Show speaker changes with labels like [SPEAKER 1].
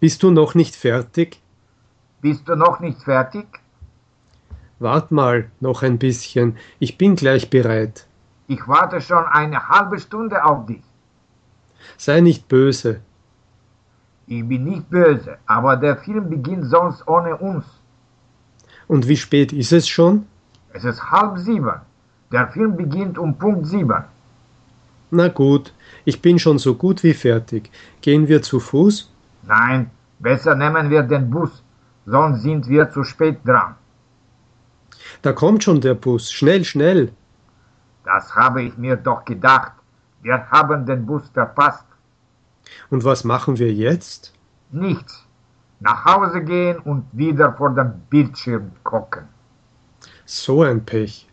[SPEAKER 1] Bist du noch nicht fertig?
[SPEAKER 2] Bist du noch nicht fertig?
[SPEAKER 1] Wart mal noch ein bisschen, ich bin gleich bereit.
[SPEAKER 2] Ich warte schon eine halbe Stunde auf dich.
[SPEAKER 1] Sei nicht böse.
[SPEAKER 2] Ich bin nicht böse, aber der Film beginnt sonst ohne uns.
[SPEAKER 1] Und wie spät ist es schon?
[SPEAKER 2] Es ist halb sieben. Der Film beginnt um Punkt sieben.
[SPEAKER 1] Na gut, ich bin schon so gut wie fertig. Gehen wir zu Fuß?
[SPEAKER 2] Nein, besser nehmen wir den Bus, sonst sind wir zu spät dran.
[SPEAKER 1] Da kommt schon der Bus. Schnell, schnell.
[SPEAKER 2] Das habe ich mir doch gedacht. Wir haben den Bus verpasst.
[SPEAKER 1] Und was machen wir jetzt?
[SPEAKER 2] Nichts. Nach Hause gehen und wieder vor dem Bildschirm gucken.
[SPEAKER 1] So ein Pech.